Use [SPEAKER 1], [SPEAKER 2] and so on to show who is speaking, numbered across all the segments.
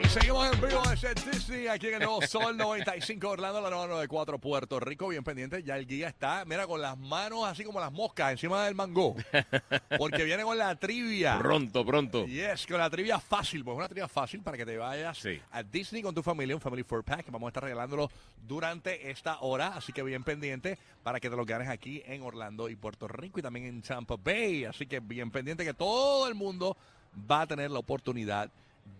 [SPEAKER 1] Y seguimos en vivo desde Disney, aquí en el nuevo Sol 95, Orlando, la 994, Puerto Rico, bien pendiente. Ya el guía está, mira, con las manos así como las moscas encima del mango. Porque viene con la trivia.
[SPEAKER 2] Pronto, pronto.
[SPEAKER 1] Y es con la trivia fácil, pues una trivia fácil para que te vayas
[SPEAKER 2] Sí.
[SPEAKER 1] a Disney con tu familia, un Family Four Pack. Vamos a estar regalándolo durante esta hora, así que bien pendiente para que te lo ganes aquí en Orlando y Puerto Rico y también en Tampa Bay. Así que bien pendiente que todo el mundo va a tener la oportunidad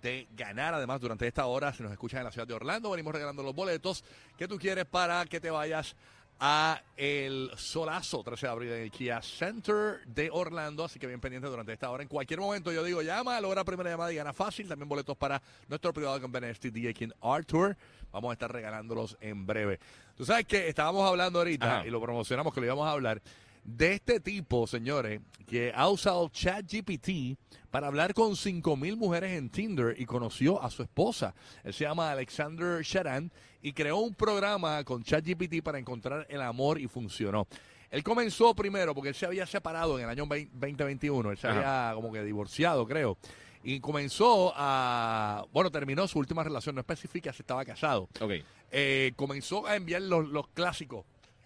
[SPEAKER 1] de ganar. Además, durante esta hora, si nos escuchas en la ciudad de Orlando, venimos regalando los boletos que tú quieres para que te vayas a el solazo 13 de abril en el Kia Center de Orlando, así que bien pendiente durante esta hora. En cualquier momento yo digo llama, logra primera llamada y gana fácil. También boletos para nuestro privado con Benesti DJ King Art Tour. Vamos a estar regalándolos en breve. Tú sabes que estábamos hablando ahorita
[SPEAKER 2] Ajá.
[SPEAKER 1] y lo promocionamos que lo íbamos a hablar de este tipo, señores, que ha usado ChatGPT para hablar con 5.000 mujeres en Tinder y conoció a su esposa. Él se llama Alexander Sharan y creó un programa con ChatGPT para encontrar el amor y funcionó. Él comenzó primero porque él se había separado en el año 20- 2021, él se
[SPEAKER 2] Ajá.
[SPEAKER 1] había como que divorciado, creo. Y comenzó a, bueno, terminó su última relación, no especifica si estaba casado
[SPEAKER 2] Ok.
[SPEAKER 1] eh, comenzó a enviar los, los clásicos,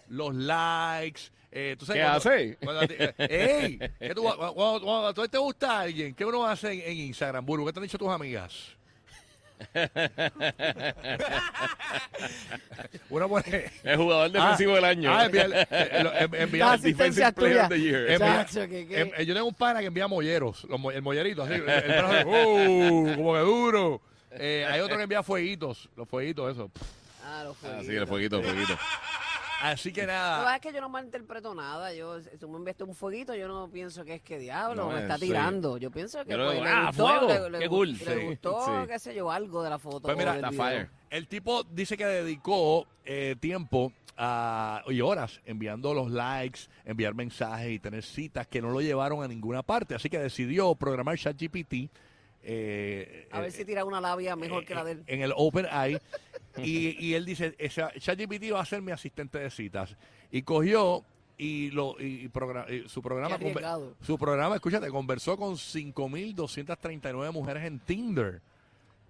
[SPEAKER 1] los likes. Eh, ¿tú sabes
[SPEAKER 2] ¿Qué hace?
[SPEAKER 1] cuando a ti- eh, ¡Ey! ¿qué tú- cuando- cuando- cuando a ti te gusta alguien, ¿qué uno hace en, en Instagram, Burbu? ¿Qué te han dicho tus amigas? uno pone...
[SPEAKER 2] El jugador defensivo
[SPEAKER 1] Ah,
[SPEAKER 2] del año.
[SPEAKER 1] Ah, enviar, eh, eh, lo- en- enviar-
[SPEAKER 3] La
[SPEAKER 2] Defensive
[SPEAKER 3] asistencia
[SPEAKER 2] Player
[SPEAKER 3] tuya.
[SPEAKER 2] of the Year.
[SPEAKER 1] enviar-
[SPEAKER 3] Chacho, que qué.
[SPEAKER 1] em- eh, yo tengo un pana que envía molleros, los mo- el mollerito, así, el, el brazo, ¡uh! como que duro. Eh, hay otro que envía fueguitos, los fueguitos, eso.
[SPEAKER 3] Ah, los
[SPEAKER 2] Ah,
[SPEAKER 3] fueguitos.
[SPEAKER 2] sí, el fueguito, el fueguito.
[SPEAKER 1] Así que
[SPEAKER 3] Lo que
[SPEAKER 1] nada.
[SPEAKER 3] pasa es que yo no malinterpreto nada. Yo, si tú me enviaste un fueguito, yo no pienso que es que diablo,
[SPEAKER 2] No, eh,
[SPEAKER 3] me está
[SPEAKER 2] sí.
[SPEAKER 3] tirando. Yo pienso que
[SPEAKER 2] Yo lo
[SPEAKER 3] pues,
[SPEAKER 2] digo,
[SPEAKER 3] le
[SPEAKER 2] ah,
[SPEAKER 3] gustó,
[SPEAKER 2] fuego,
[SPEAKER 3] le, le
[SPEAKER 2] qué
[SPEAKER 3] gu-
[SPEAKER 2] cool.
[SPEAKER 3] le
[SPEAKER 2] Sí,
[SPEAKER 3] gustó,
[SPEAKER 2] sí.
[SPEAKER 3] qué sé yo, algo de la foto.
[SPEAKER 1] Pues
[SPEAKER 3] o
[SPEAKER 1] mira,
[SPEAKER 3] del
[SPEAKER 2] Está
[SPEAKER 3] video.
[SPEAKER 2] fire.
[SPEAKER 1] El tipo dice que dedicó eh, tiempo a- y horas enviando los likes, enviar mensajes y tener citas que no lo llevaron a ninguna parte. Así que decidió programar ChatGPT. eh,
[SPEAKER 3] A ver
[SPEAKER 1] eh,
[SPEAKER 3] si tira una labia mejor
[SPEAKER 2] eh,
[SPEAKER 3] que la de él.
[SPEAKER 1] en el Open Eye. y, y él dice, esa- ChatGPT va a ser mi asistente de citas. Y cogió y lo y, progra- y su programa
[SPEAKER 3] Qué
[SPEAKER 1] conver-
[SPEAKER 3] arriesgado.
[SPEAKER 1] su programa, escúchate, conversó con 5239 mujeres en Tinder.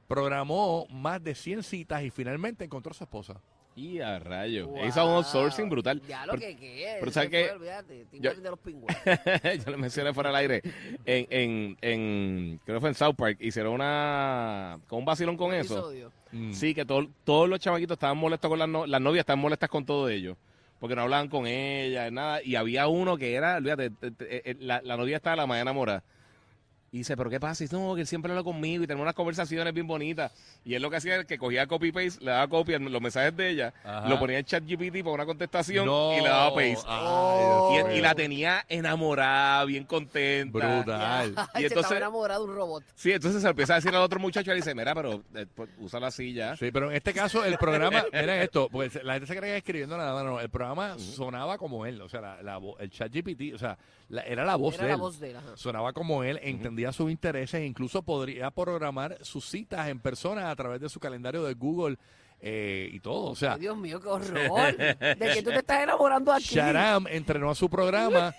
[SPEAKER 1] Programó más de 100 citas y finalmente encontró a su esposa.
[SPEAKER 2] Y a rayo.
[SPEAKER 3] Wow.
[SPEAKER 2] Hizo un outsourcing brutal.
[SPEAKER 3] Ya lo
[SPEAKER 2] Pero-
[SPEAKER 3] que qué
[SPEAKER 2] pero ¿sabes
[SPEAKER 3] que
[SPEAKER 2] qué?
[SPEAKER 3] Olvídate,
[SPEAKER 2] Yo-
[SPEAKER 3] Tinder de los pingüinos.
[SPEAKER 2] Yo lo mencioné fuera del aire. En, en, en, creo que fue en South Park. Hicieron una. Con un vacilón con eso.
[SPEAKER 3] Episodio.
[SPEAKER 1] Mm.
[SPEAKER 2] Sí, que todo- todos los chamaquitos estaban molestos con las no- las novias, estaban molestas con todo ello. Porque no hablaban con ella, nada. Y había uno que era, olvídate, te- te- eh, la, la novia estaba la más enamorada. Y dice, ¿pero qué pasa? Y dice, no, que él siempre habla conmigo y tenemos unas conversaciones bien bonitas. Y él lo que hacía era que cogía copy-paste, le daba copia en los mensajes de ella,
[SPEAKER 1] Ajá.
[SPEAKER 2] lo ponía en chat GPT para una contestación
[SPEAKER 1] No. Ah.
[SPEAKER 2] y le daba paste.
[SPEAKER 1] Ay,
[SPEAKER 3] Oh.
[SPEAKER 2] Y,
[SPEAKER 1] Dios mío.
[SPEAKER 2] y la tenía enamorada, bien contenta.
[SPEAKER 1] Brutal.
[SPEAKER 3] Ay, se
[SPEAKER 2] entonces-
[SPEAKER 3] estaba enamorado de un robot.
[SPEAKER 2] Sí, entonces se lo empieza a decir al otro muchacho y le dice, mira, pero eh, pues, úsala así ya.
[SPEAKER 1] Sí, pero en este caso el programa, miren esto, pues la gente se cree que es escribiendo nada más, no, el programa sonaba como él, o sea, la, la vo- el chat GPT, o sea, la- era la voz
[SPEAKER 3] Era
[SPEAKER 1] de
[SPEAKER 3] la
[SPEAKER 1] él.
[SPEAKER 3] voz de él. ajá.
[SPEAKER 1] Sonaba como él, entendía sus intereses, incluso podría programar sus citas en persona a través de su calendario de Google eh, y todo. O sea,
[SPEAKER 3] Ay, Dios mío, qué horror. De que tú te estás enamorando aquí.
[SPEAKER 1] Sharam entrenó a su programa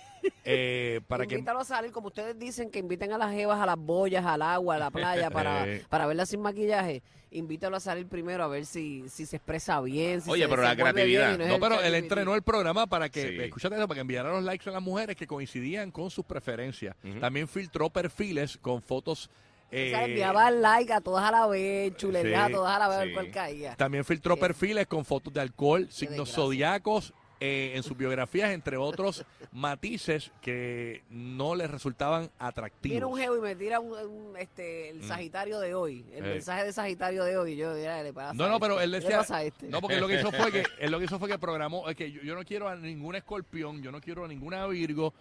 [SPEAKER 1] eh, para que...
[SPEAKER 3] Invítalo a salir, como ustedes dicen, que inviten a las jevas, a las boyas, al agua, a la playa, para,
[SPEAKER 1] Eh.
[SPEAKER 3] para verla sin maquillaje. Invítalo a salir primero a ver si, si se expresa bien. Si
[SPEAKER 2] Oye,
[SPEAKER 3] se
[SPEAKER 2] pero la
[SPEAKER 3] desenvuelve
[SPEAKER 2] creatividad.
[SPEAKER 3] bien y es
[SPEAKER 1] No,
[SPEAKER 3] el
[SPEAKER 1] pero él
[SPEAKER 3] ChatGPT.
[SPEAKER 1] entrenó el programa para que,
[SPEAKER 2] Sí.
[SPEAKER 1] escúchate eso, para que enviara los likes a las mujeres que coincidían con sus preferencias. También filtró perfiles con fotos...
[SPEAKER 3] O sea,
[SPEAKER 1] eh,
[SPEAKER 3] enviaba el like a todas a la vez, chulería a
[SPEAKER 1] Sí,
[SPEAKER 3] todas a la vez, a ver
[SPEAKER 2] sí.
[SPEAKER 3] cuál caía.
[SPEAKER 1] También filtró
[SPEAKER 3] Sí.
[SPEAKER 1] perfiles con fotos de alcohol, signos
[SPEAKER 3] desgracia.
[SPEAKER 1] zodiacos eh, en sus biografías, entre otros matices que no les resultaban atractivos.
[SPEAKER 3] Viene un geo y me tira un, un, este, el
[SPEAKER 1] Mm.
[SPEAKER 3] Sagitario de hoy, el
[SPEAKER 1] Eh.
[SPEAKER 3] mensaje de Sagitario de hoy. y Yo, mira, le pasa
[SPEAKER 1] No, no,
[SPEAKER 3] a
[SPEAKER 1] pero
[SPEAKER 3] este?
[SPEAKER 1] él
[SPEAKER 3] ¿Qué le
[SPEAKER 1] decía-
[SPEAKER 3] pasa a este?
[SPEAKER 1] No, porque lo que hizo fue que él lo que hizo fue que programó, es que yo, yo no quiero a ningún escorpión, yo no quiero a ninguna Virgo,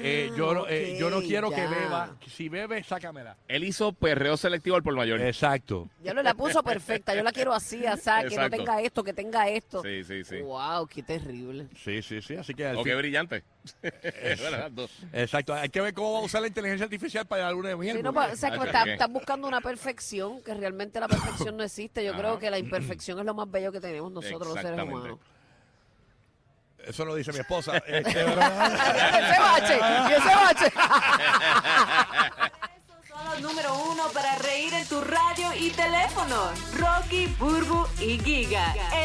[SPEAKER 1] eh,
[SPEAKER 3] Ah,
[SPEAKER 1] yo, no- eh, yo no
[SPEAKER 3] ok,
[SPEAKER 1] quiero que
[SPEAKER 3] ya.
[SPEAKER 1] beba, si bebe, sácamela.
[SPEAKER 2] Él hizo perreo selectivo al por mayor.
[SPEAKER 1] Exacto.
[SPEAKER 3] Ya lo la puso perfecta. Yo la quiero así, así, que no
[SPEAKER 2] Exacto.
[SPEAKER 3] tenga esto, que tenga esto.
[SPEAKER 2] Sí, sí, sí.
[SPEAKER 3] Wow, qué terrible.
[SPEAKER 1] Sí, sí, sí, así que al
[SPEAKER 2] O qué
[SPEAKER 1] fin-
[SPEAKER 2] brillante. Bueno, las dos.
[SPEAKER 1] Exacto, hay que ver cómo va a usar la inteligencia artificial para la luna de miel.
[SPEAKER 3] Sí, no,
[SPEAKER 1] porque-
[SPEAKER 3] pa- o sea, que
[SPEAKER 2] Ah,
[SPEAKER 3] está-
[SPEAKER 2] ok.
[SPEAKER 3] estás buscando una perfección, que realmente la perfección no existe. Yo
[SPEAKER 2] Ajá.
[SPEAKER 3] creo que la imperfección es lo más bello que tenemos nosotros los seres
[SPEAKER 2] Exactamente.
[SPEAKER 3] humanos.
[SPEAKER 1] Eso lo dice mi esposa. eh, que- ¿verdad?
[SPEAKER 3] ¡Y ese bache! ¡Y ese bache!
[SPEAKER 4] Son los número uno para reír en tu radio y teléfono. Rocky, Burbu y Giga.